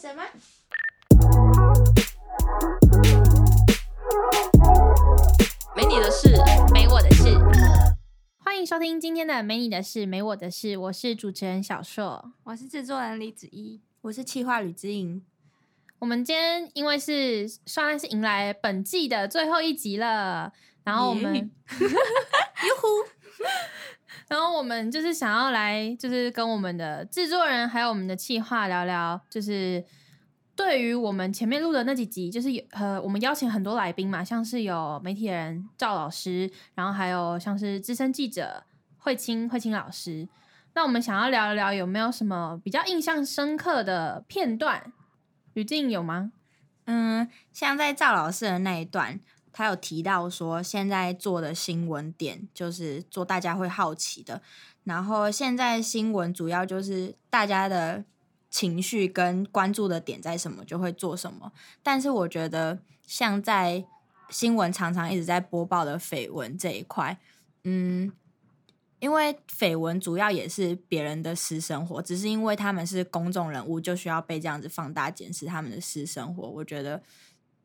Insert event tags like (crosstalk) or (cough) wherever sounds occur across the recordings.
什么？没你的事，没我的事。欢迎收听今天的《没你的事没我的事》，我是主持人小硕。我是制作人李子一，我是企划吕之莹，我们今天因为是算是迎来本季的最后一集了，然后我们， (laughs) 耶哟呼，然后我们就是想要来，就是跟我们的制作人还有我们的企划聊聊，就是对于我们前面录的那几集，就是有呃，我们邀请很多来宾嘛，像是有媒体人赵老师，然后还有像是资深记者慧清慧清老师。那我们想要聊一聊有没有什么比较印象深刻的片段？吕静有吗？嗯，像在赵老师的那一段，他有提到说，现在做的新闻点就是做大家会好奇的，然后现在新闻主要就是大家的情绪跟关注的点在什么，就会做什么。但是我觉得，像在新闻常常一直在播报的绯闻这一块，嗯。因为绯闻主要也是别人的私生活，只是因为他们是公众人物，就需要被这样子放大检视他们的私生活。我觉得，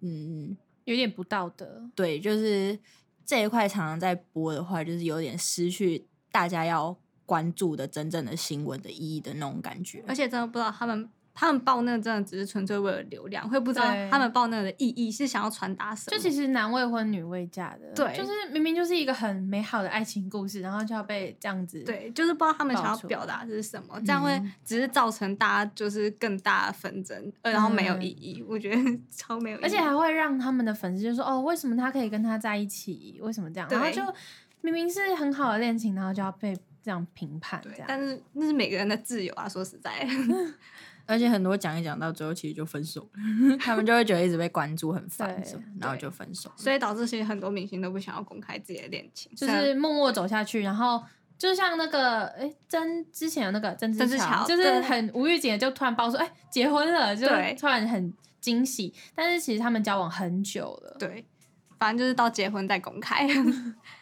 嗯，有点不道德。对，就是这一块常常在播的话，就是有点失去大家要关注的真正的新闻的意义的那种感嗯觉。而且真的不知道他们。他们报那个真的只是纯粹为了流量，会不知道对他们报那个的意义是想要传达什么。就其实男未婚女未嫁的，对就是明明就是一个很美好的爱情故事，然后就要被这样子，，对，就是不知道他们想要爆出来表达的是什么，嗯这样会只是造成大家就是更大的纷争，呃，然后没有意义，我觉得 (laughs) 超没有意义。嗯而且还会让他们的粉丝就说哦，为什么他可以跟他在一起？为什么这样？然后对就明明是很好的恋情，然后就要被这样评判，这对，样但是那是每个人的自由啊，说实 (laughs) 在，而且很多讲一讲到最后，其实就分手 (laughs) 了，他们就会觉得一直被关注很烦对什么，然后对就分手了。所以导致其实很多明星都不想要公开自己的恋情，就虽然是默默走下去，然后。就像那个哎，曾之前有那个曾曾之之乔，乔就是对很吴玉姐就突然爆出哎结婚了，就对突然很惊喜。但是其实他们交往很久了，对，反正就是到结婚再公开。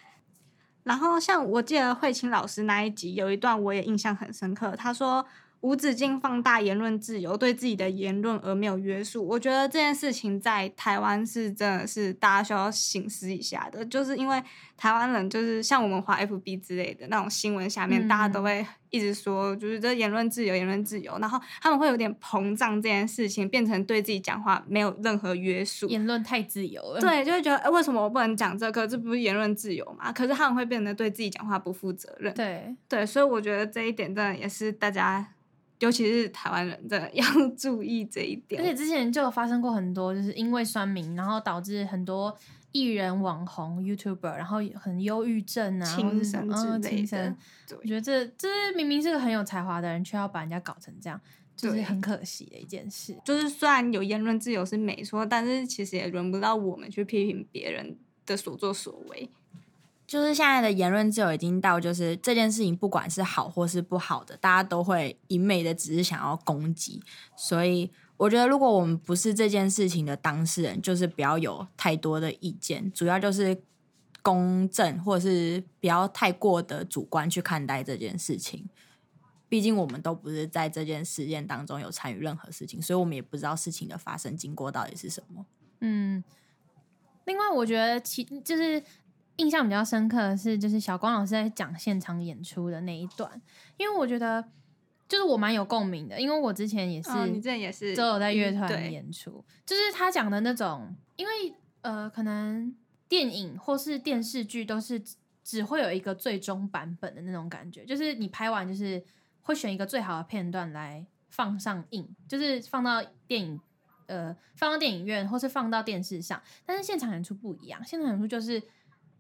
(laughs) 然后像我记得慧清老师那一集有一段我也印象很深刻，他说无止境放大言论自由，对自己的言论而没有约束。我觉得这件事情在台湾是真的是大家需要醒思一下的，就是因为台湾人就是像我们滑 FB 之类的那种新闻下嗯面，大家都会一直说就是这言论自由，言论自由，然后他们会有点膨胀这件事情，变成对自己讲话没有任何约束。言论太自由了。对，就会觉得、诶为什么我不能讲这个？这不是言论自由嘛？可是他们会变得对自己讲话不负责任。对，对所以我觉得这一点真的也是大家，尤其是台湾人，真的 (laughs) 要注意这一而且点。之前就有发生过很多，就是因为酸民，然后导致很多艺人、网红、YouTuber，然后很忧郁症啊，或轻是什生么之嗯类轻的生。，我对觉得这这明明是个很有才华的人，却要把人家搞成这样，就是对很可惜的一件事。就是虽然有言论自由是没错，但是其实也轮不到我们去批评别人的所作所为。就是现在的言论自由已经到，就是这件事情不管是好或是不好的，大家都会一昧的只是想要攻击。所以我觉得，如果我们不是这件事情的当事人，就是不要有太多的意见，主要就是公正或者是不要太过的主观去看待这件事情。毕竟我们都不是在这件事件当中有参与任何事情，所以我们也不知道事情的发生经过到底是什么。嗯，另外我觉得其就是印象比较深刻的是，就是小光老师在讲现场演出的那一段，因为我觉得就是我蛮有共鸣的，因为我之前也是、嗯，你之前也是嗯都有在乐团对演出，就是他讲的那种，因为呃，可能电影或是电视剧都是只只会有一个最终版本的那种感觉，就是你拍完就是会选一个最好的片段来放上映，就是放到电影呃放到电影院或是放到电视上，但是现场演出不一样，现场演出就是。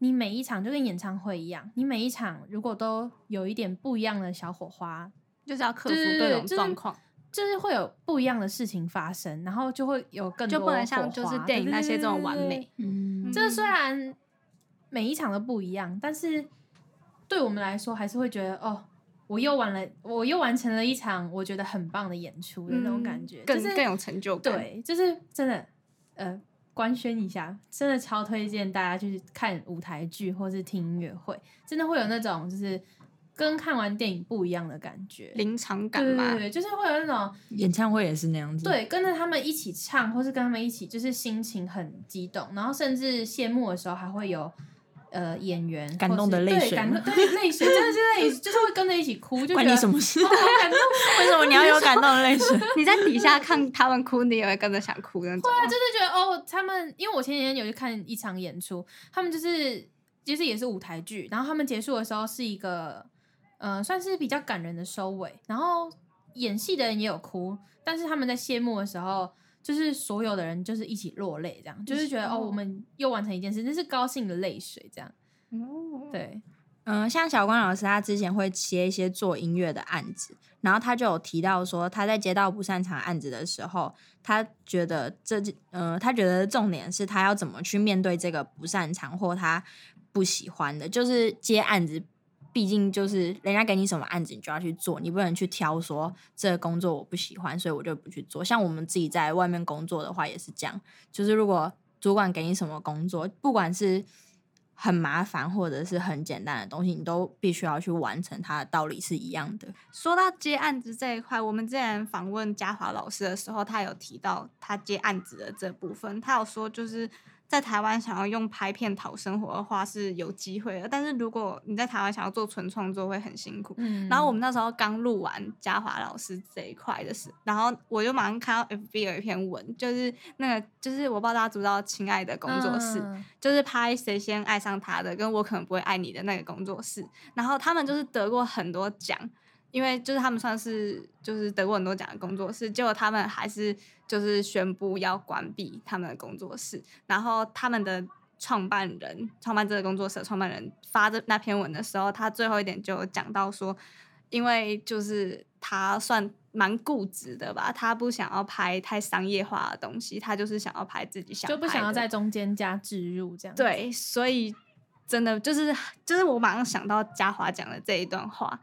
你每一场就跟演唱会一样，你每一场如果都有一点不一样的小火花，就是要克服对对各对种就是状况。就是会有不一样的事情发生，然后就会有更多就不能像就是火花电影那些这种完美。嗯嗯这虽然每一场都不一样，但是对我们来说还是会觉得哦，我又完了，我又完成了一场我觉得很棒的演出的那种感觉，嗯更、就是更有成就感。对，就是真的呃，官宣一下，真的超推荐大家去看舞台剧或是听音乐会，真的会有那种就是跟看完电影不一样的感觉。临场感对嘛对，对，就是会有那种演唱会也是那样子，，对跟着他们一起唱，或是跟他们一起，就是心情很激动，然后甚至谢幕的时候还会有呃演员感或动的是泪对水感吗动对泪水，真的是泪，就是会跟着一起哭，就觉关得你什么事？哦好感动。为什么你要有感动的泪水？你在底下看他们哭，你也会跟着想哭那 (laughs) 种。对啊，就是觉得哦，他们因为我前几天有去看一场演出，他们就是就是也是舞台剧，然后他们结束的时候是一个呃算是比较感人的收尾，然后演戏的人也有哭，但是他们在谢幕的时候。就是所有的人就是一起落泪，这样就是觉得哦，我们又完成一件事，那是高兴的泪水，这样哦，对， (laughs) 嗯，像小关老师，他之前会接一些做音乐的案子，然后他就有提到说，他在接到不擅长案子的时候，他觉得这件，呃，他觉得重点是他要怎么去面对这个不擅长或他不喜欢的，就是接案子，毕竟就是人家给你什么案子，你就要去做，你不能去挑说这个工作我不喜欢，所以我就不去做。像我们自己在外面工作的话也是这样，就是如果主管给你什么工作，不管是很麻烦或者是很简单的东西，你都必须要去完成，它的道理是一样的。说到接案子这一块，我们之前访问嘉华老师的时候，他有提到他接案子的这部分，他有说就是在台湾想要用拍片讨生活的话是有机会的，但是如果你在台湾想要做纯创作会很辛苦。嗯然后我们那时候刚录完嘉华老师这一块的事，然后我就马上看到 FB 有一篇文，就是那个就是我不知道大家知不知道“亲爱的工作室”，嗯就是拍《谁先爱上他的》跟我可能不会爱你的那个工作室，然后他们就是得过很多奖，因为就是他们算是就是得过很多奖的工作室，结果他们还是就是宣布要关闭他们的工作室，然后他们的创办人、创办这个工作室的创办人发这那篇文的时候，他最后一点就有讲到说，因为就是他算蛮固执的吧，他不想要拍太商业化的东西，他就是想要拍自己想就不拍想要的在中间加置入这样子，对，所以真的就是就是我马上想到嘉华讲的这一段话，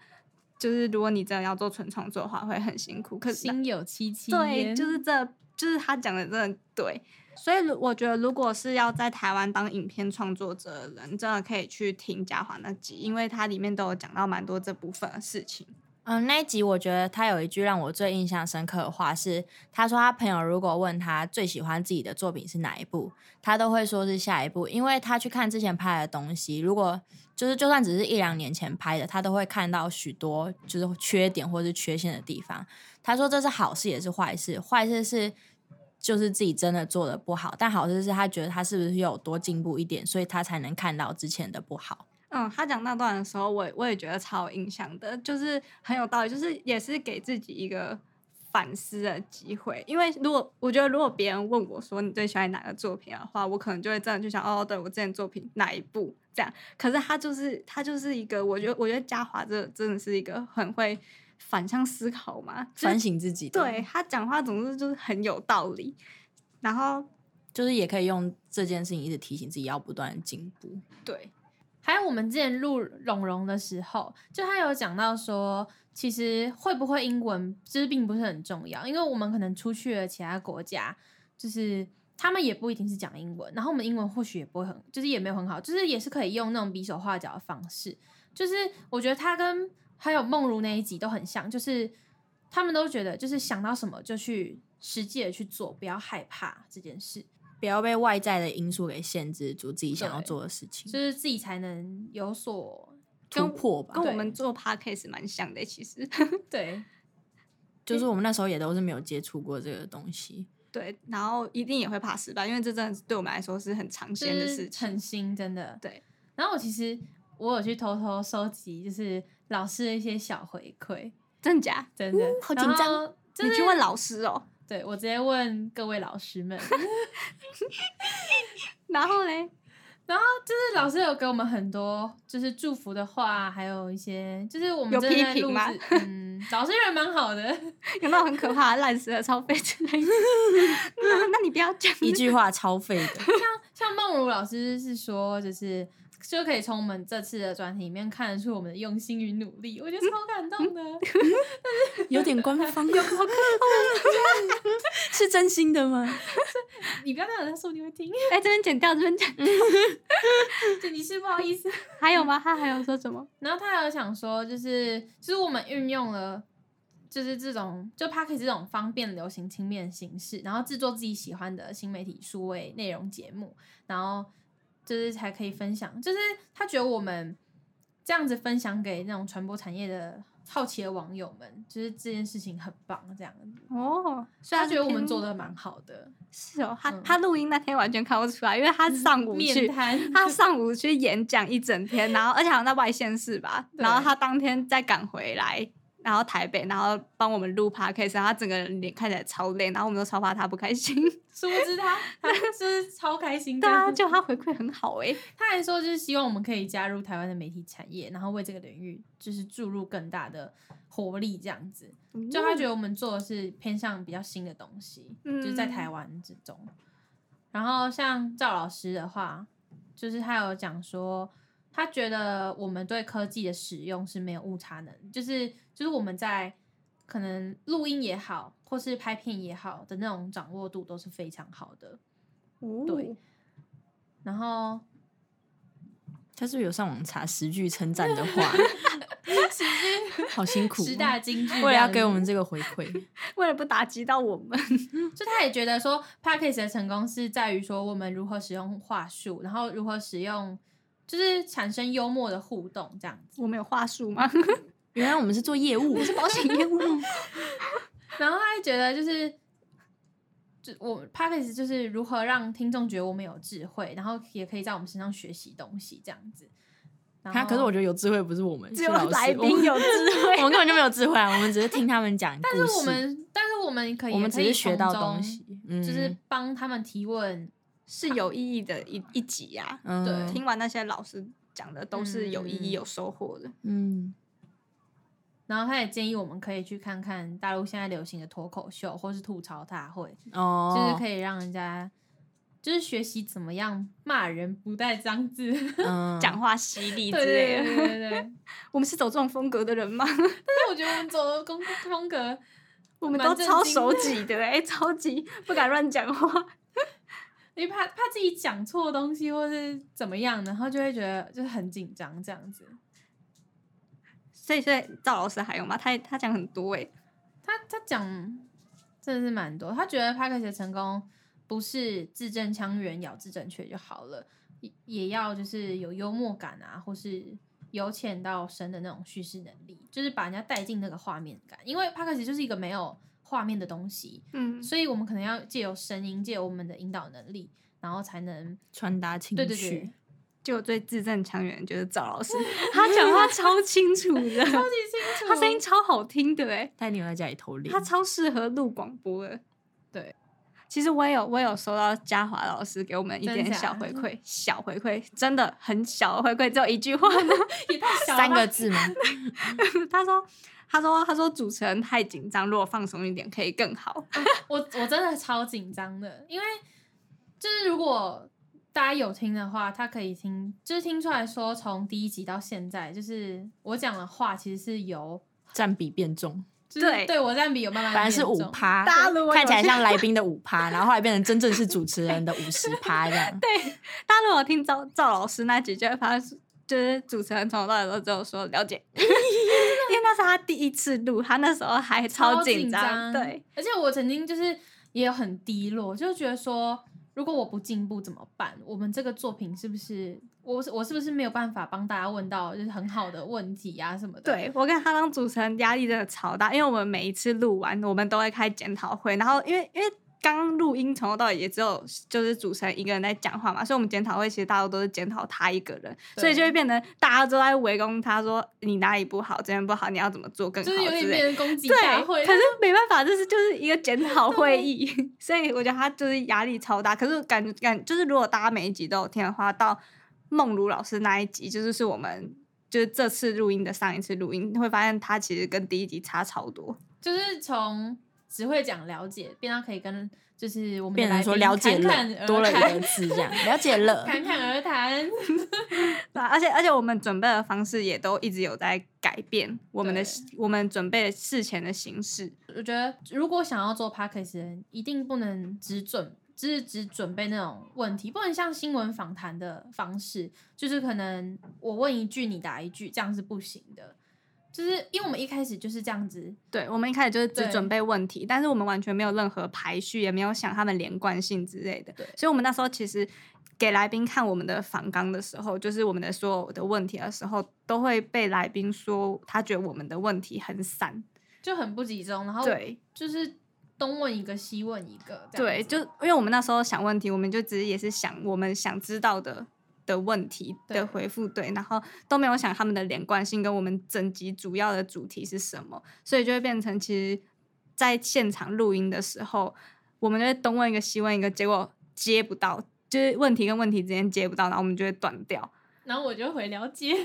就是如果你真的要做纯创作的话，会很辛苦。可是心有戚戚对，焉就是这就是他讲的真的对。所以如我觉得，如果是要在台湾当影片创作者的人，真的可以去听嘉华那集，因为它里面都有讲到蛮多这部分的事情。嗯，那一集我觉得他有一句让我最印象深刻的话是，他说他朋友如果问他最喜欢自己的作品是哪一部，他都会说是下一部，因为他去看之前拍的东西，如果就是就算只是一两年前拍的，他都会看到许多就是缺点或是缺陷的地方。他说这是好事也是坏事，坏事是就是自己真的做的不好，但好事是他觉得他是不是有多进步一点，所以他才能看到之前的不好。嗯，他讲那段的时候，我也我也觉得超有印象的，就是很有道理，就是也是给自己一个反思的机会。因为如果我觉得，如果别人问我说你最喜欢哪个作品的话，我可能就会真的去想，哦，对我之前作品哪一部这样。可是他就是他就是一个，我觉得我觉得嘉华这真的是一个很会反向思考嘛，就是反省自己的，对，他讲话总是就是很有道理，然后就是也可以用这件事情一直提醒自己要不断地进步。对，还有我们之前录龙龙的时候，就他有讲到说，其实会不会英文其实并不是很重要，因为我们可能出去了其他国家，就是他们也不一定是讲英文，然后我们英文或许也不会很，就是也没有很好，就是也是可以用那种比手画脚的方式。就是我觉得他跟还有梦如那一集都很像，就是他们都觉得就是想到什么就去实际的去做，不要害怕这件事。不要被外在的因素给限制住自己想要对做的事情，就是自己才能有所 (laughs) 突破吧跟。我对们做 podcast 蛮像的，其实。对就是我们那时候也都是没有接触过这个东西，对，然后一定也会怕失败，因为这真的是对我们来说是很常就见的事是情。很新，真的。对。然后我其实我有去偷偷收集，就是老师的一些小回馈，真假？真的、好紧张然后真你的去问老师哦。对我直接问各位老师们， (laughs) 然后嘞，就是老师有给我们很多就是祝福的话，还有一些就是我们有真的在批评录吗制，嗯，老师人蛮好的， (laughs) 有那种很可怕的烂死的超费之类的。那那你不要讲。一句话超废的。像梦如老师是说，就是就可以从我们这次的专题里面看得出我们的用心与努力，我觉得超感动的。嗯 (laughs) 哦有点官方，是真心的吗？ (laughs) 你不要这样，他说不定会听。 (laughs) 哎，这边剪掉，这边剪。嗯剪辑师不好意思。还有吗？他还有说什么？然后他还有想说，就是就是我们运用了。就是这种，就 p a c k e 这种方便、流行、轻便的形式，然后制作自己喜欢的新媒体数位内容节目，然后就是才可以分享。就是他觉得我们这样子分享给那种传播产业的好奇的网友们，就是这件事情很棒，这样子。哦，所以他觉得我们偏做的蛮好的，是哦，他嗯他录音那天完全看不出来，因为他上午面去，瘫。 (laughs) 他上午去演讲一整天，然后而且好像在外县市吧，对然后他当天再赶回来，然后台北，然后帮我们录 podcast，然后他整个人脸看起来超累，然后我们都超怕他不开心。 (laughs) 殊不知他他就是超开心的。对啊，就他回馈很好欸诶、他还说，就是希望我们可以加入台湾的媒体产业，然后为这个领域就是注入更大的活力，这样子。就他觉得我们做的是偏向比较新的东西，嗯就是在台湾之中。然后像赵老师的话，就是他有讲说，他觉得我们对科技的使用是没有误差能力，就是就是我们在可能录音也好，或是拍片也好的那种掌握度都是非常好的。嗯对，然后他是不是有上网查十句称赞的话？好辛苦哦，十大金句这样子，为了要给我们这个回馈，为了不打击到我们， (laughs) 就他也觉得说 p a c k a g e 的成功是在于说我们如何使用话术，然后如何使用，就是产生幽默的互动这样子。我们有话术吗？ (laughs) 原来我们是做业务，是保险业 (laughs) 务。然后他也觉得就是，就我 p a c k a g e 就是如何让听众觉得我们有智慧，然后也可以在我们身上学习东西这样子。然后他可是我觉得有智慧不是我们，是只有老师来我们宾有智慧 (laughs) 我。们根本就没有智慧啊，我们只是听他们讲故事。 (laughs) 但是我们，但是我们可以，我们只也可是以学到从中东西，嗯，就是帮他们提问。是有意义的一一集呀、嗯对听完那些老师讲的都是有意义、嗯有收获的。嗯，然后他也建议我们可以去看看大陆现在流行的脱口秀或是吐槽大会，哦，就是可以让人家就是学习怎么样骂人不带脏字， (laughs) 嗯讲话犀利对之类对对的。对对。对 (laughs) 我们是走这种风格的人吗？ (laughs) 但是我觉得我们走的风风格，我们蛮都震超惊守的己的、哎， (laughs) 超级不敢乱讲话。因为怕怕自己讲错东西或是怎么样，然后就会觉得就是很紧张这样子。所以，所以赵老师还有吗？他他讲很多哎、他他讲真的是蛮多，他觉得 p a c k a g e 成功不是字正腔圆、咬字正确就好了，也也要就是有幽默感啊，或是由浅到深的那种叙事能力，就是把人家带进那个画面感。因为 p a c k a g e 就是一个没有画面的东西，嗯，所以我们可能要借由声音、借由我们的引导能力，然后才能传达情绪，对对对，就我最字正腔圆的就是赵 (laughs) 老师，他讲话超清楚的，超级清楚。 (laughs) 他声音超好听的哎、但你有在家里偷练嗯他，超适合录广播的。对，其实我也有我也有收到嘉华老师给我们一真点假小回馈，小回馈真的很小的回馈，只有一句话。 (laughs) 也太小了吧三个字吗？他说他说他说主持人太紧张，如果放松一点可以更好。我我真的超紧张的，因为就是如果大家有听的话，他可以听，就是听出来说从第一集到现在，就是我讲的话其实是由，占比变重，就是对对我占比有慢慢本来是变五重，趴大家如果有，看起来像来宾的五趴，然后后来变成真正是主持人的五十趴这 (laughs) 样。大家如果听赵赵老师那集，就会发现，就是主持人从头到尾都只有说 (laughs) 了解，因为那是他第一次录，他那时候还超紧张，对，，而且我曾经就是也有很低落，就是觉得说。如果我不进步怎么办？我们这个作品是不是我我是不是没有办法帮大家问到就是很好的问题啊什么的？对我跟他当主持人压力真的超大，因为我们每一次录完，我们都会开检讨会，然后因为因为。刚录音从头到尾也只有就是主持人一个人在讲话嘛，所以我们检讨会其实大多都是检讨他一个人，对所以就会变成大家都在围攻他说你哪里不好，这边不好，你要怎么做更好就是有点之类的变成攻击对，大会。 (laughs) 可是没办法，这是就是一个检讨会议， (laughs) 所以我觉得他就是压力超大。可是感感就是如果大家每一集都有听的话，到梦如老师那一集，就是是我们就是这次录音的上一次录音，你会发现他其实跟第一集差超多。就是从只会讲了解，变到可以跟就是我们的变成说来宾了解侃侃了，而多了一谈个字这样，了解了。 (laughs) 侃侃而谈。对啊、而且而且我们准备的方式也都一直有在改变我们的对我们准备事前的形式。我觉得如果想要做 podcast，的人一定不能只准就是只准备那种问题，不能像新闻访谈的方式，就是可能我问一句你答一句，这样是不行的。就是因为我们一开始就是这样子，对，我们一开始就是只对准备问题，但是我们完全没有任何排序，也没有想他们连贯性之类的对。所以我们那时候其实给来宾看我们的访纲的时候，就是我们的所有的问题的时候，都会被来宾说他觉得我们的问题很散。就很不集中，然后对就是东问一个西问一个，这样对，子就因为我们那时候想问题，我们就只是也是想我们想知道的。的问题对的回复对，然后都没有想他们的连贯性跟我们整集主要的主题是什么，所以就会变成其实在现场录音的时候，我们就会东问一个西问一个，结果接不到，就是问题跟问题之间接不到，然后我们就会断掉。然后我就回了解，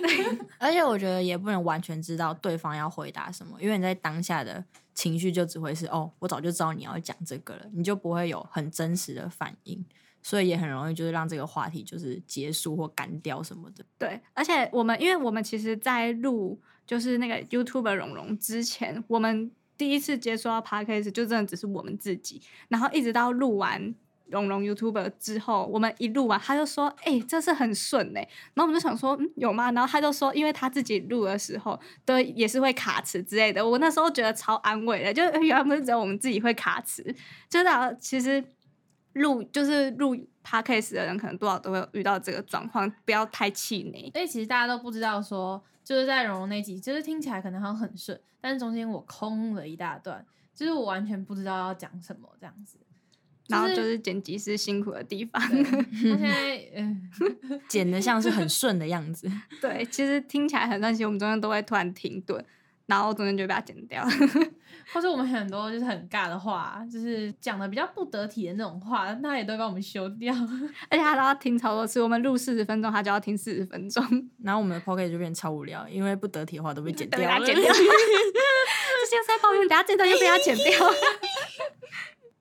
而且我觉得也不能完全知道对方要回答什么，因为你在当下的情绪就只会是哦，我早就知道你要讲这个了，你就不会有很真实的反应，所以也很容易就是让这个话题就是结束或干掉什么的。对，而且我们因为我们其实，在录就是那个 YouTuber 蓉蓉之前，我们第一次接触到 Podcast 就真的只是我们自己，然后一直到录完。蓉蓉 YouTuber 之后，我们一录完，他就说：“哎、这次很顺哎、然后我们就想说：“嗯，有吗？”然后他就说：“因为他自己录的时候，都也是会卡词之类的。”我那时候觉得超安慰的，就呃原来不是只有我们自己会卡词，真的啊，其实录就是录 podcast 的人，可能多少都会有遇到这个状况，不要太气馁。所以其实大家都不知道说，就是在蓉蓉那集，就是听起来可能好像很顺，但是中间我空了一大段，就是我完全不知道要讲什么这样子。然后就就是是剪辑师辛苦的地方。 (laughs) 对，他现在嗯，剪得像是很顺的样子， (laughs) 对，其实听起来很乱，其实我们中间都会突然停顿，然后中间就会把它剪掉。 (laughs) 或者我们很多就是很尬的话，就是讲的比较不得体的那种话，他也都会帮我们修掉。而且他都要听超多次，我们录四十分钟，他就要听四十分钟，然后我们的 p o c k e t 就变得超无聊，因为不得体的话都被剪等掉被他了。剪掉。这 (laughs) 就是在抱怨，等下这段就被他剪掉。 (laughs)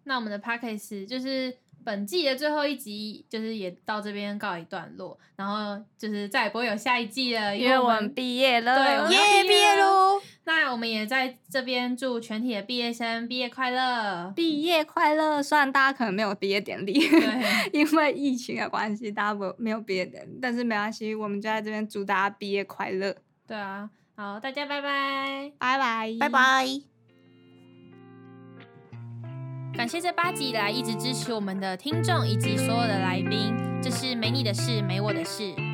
那我们的 podcast 就是本季的最后一集，就是也到这边告一段落，然后就是再也不会有下一季了，因因为为我我们们毕业对我了，们要毕业喽！那我们也在这边祝全体的毕业生毕业快乐。 (laughs) 毕业快乐！虽然大家可能没有毕业典礼，对， (laughs) 因为疫情的关系，大家不没有毕业典礼，但是没关系，我们就在这边祝大家毕业快乐，对啊，好，大家拜拜。拜拜，拜。拜。感谢这八集以来一直支持我们的听众以及所有的来宾，这是没你的事，没我的事。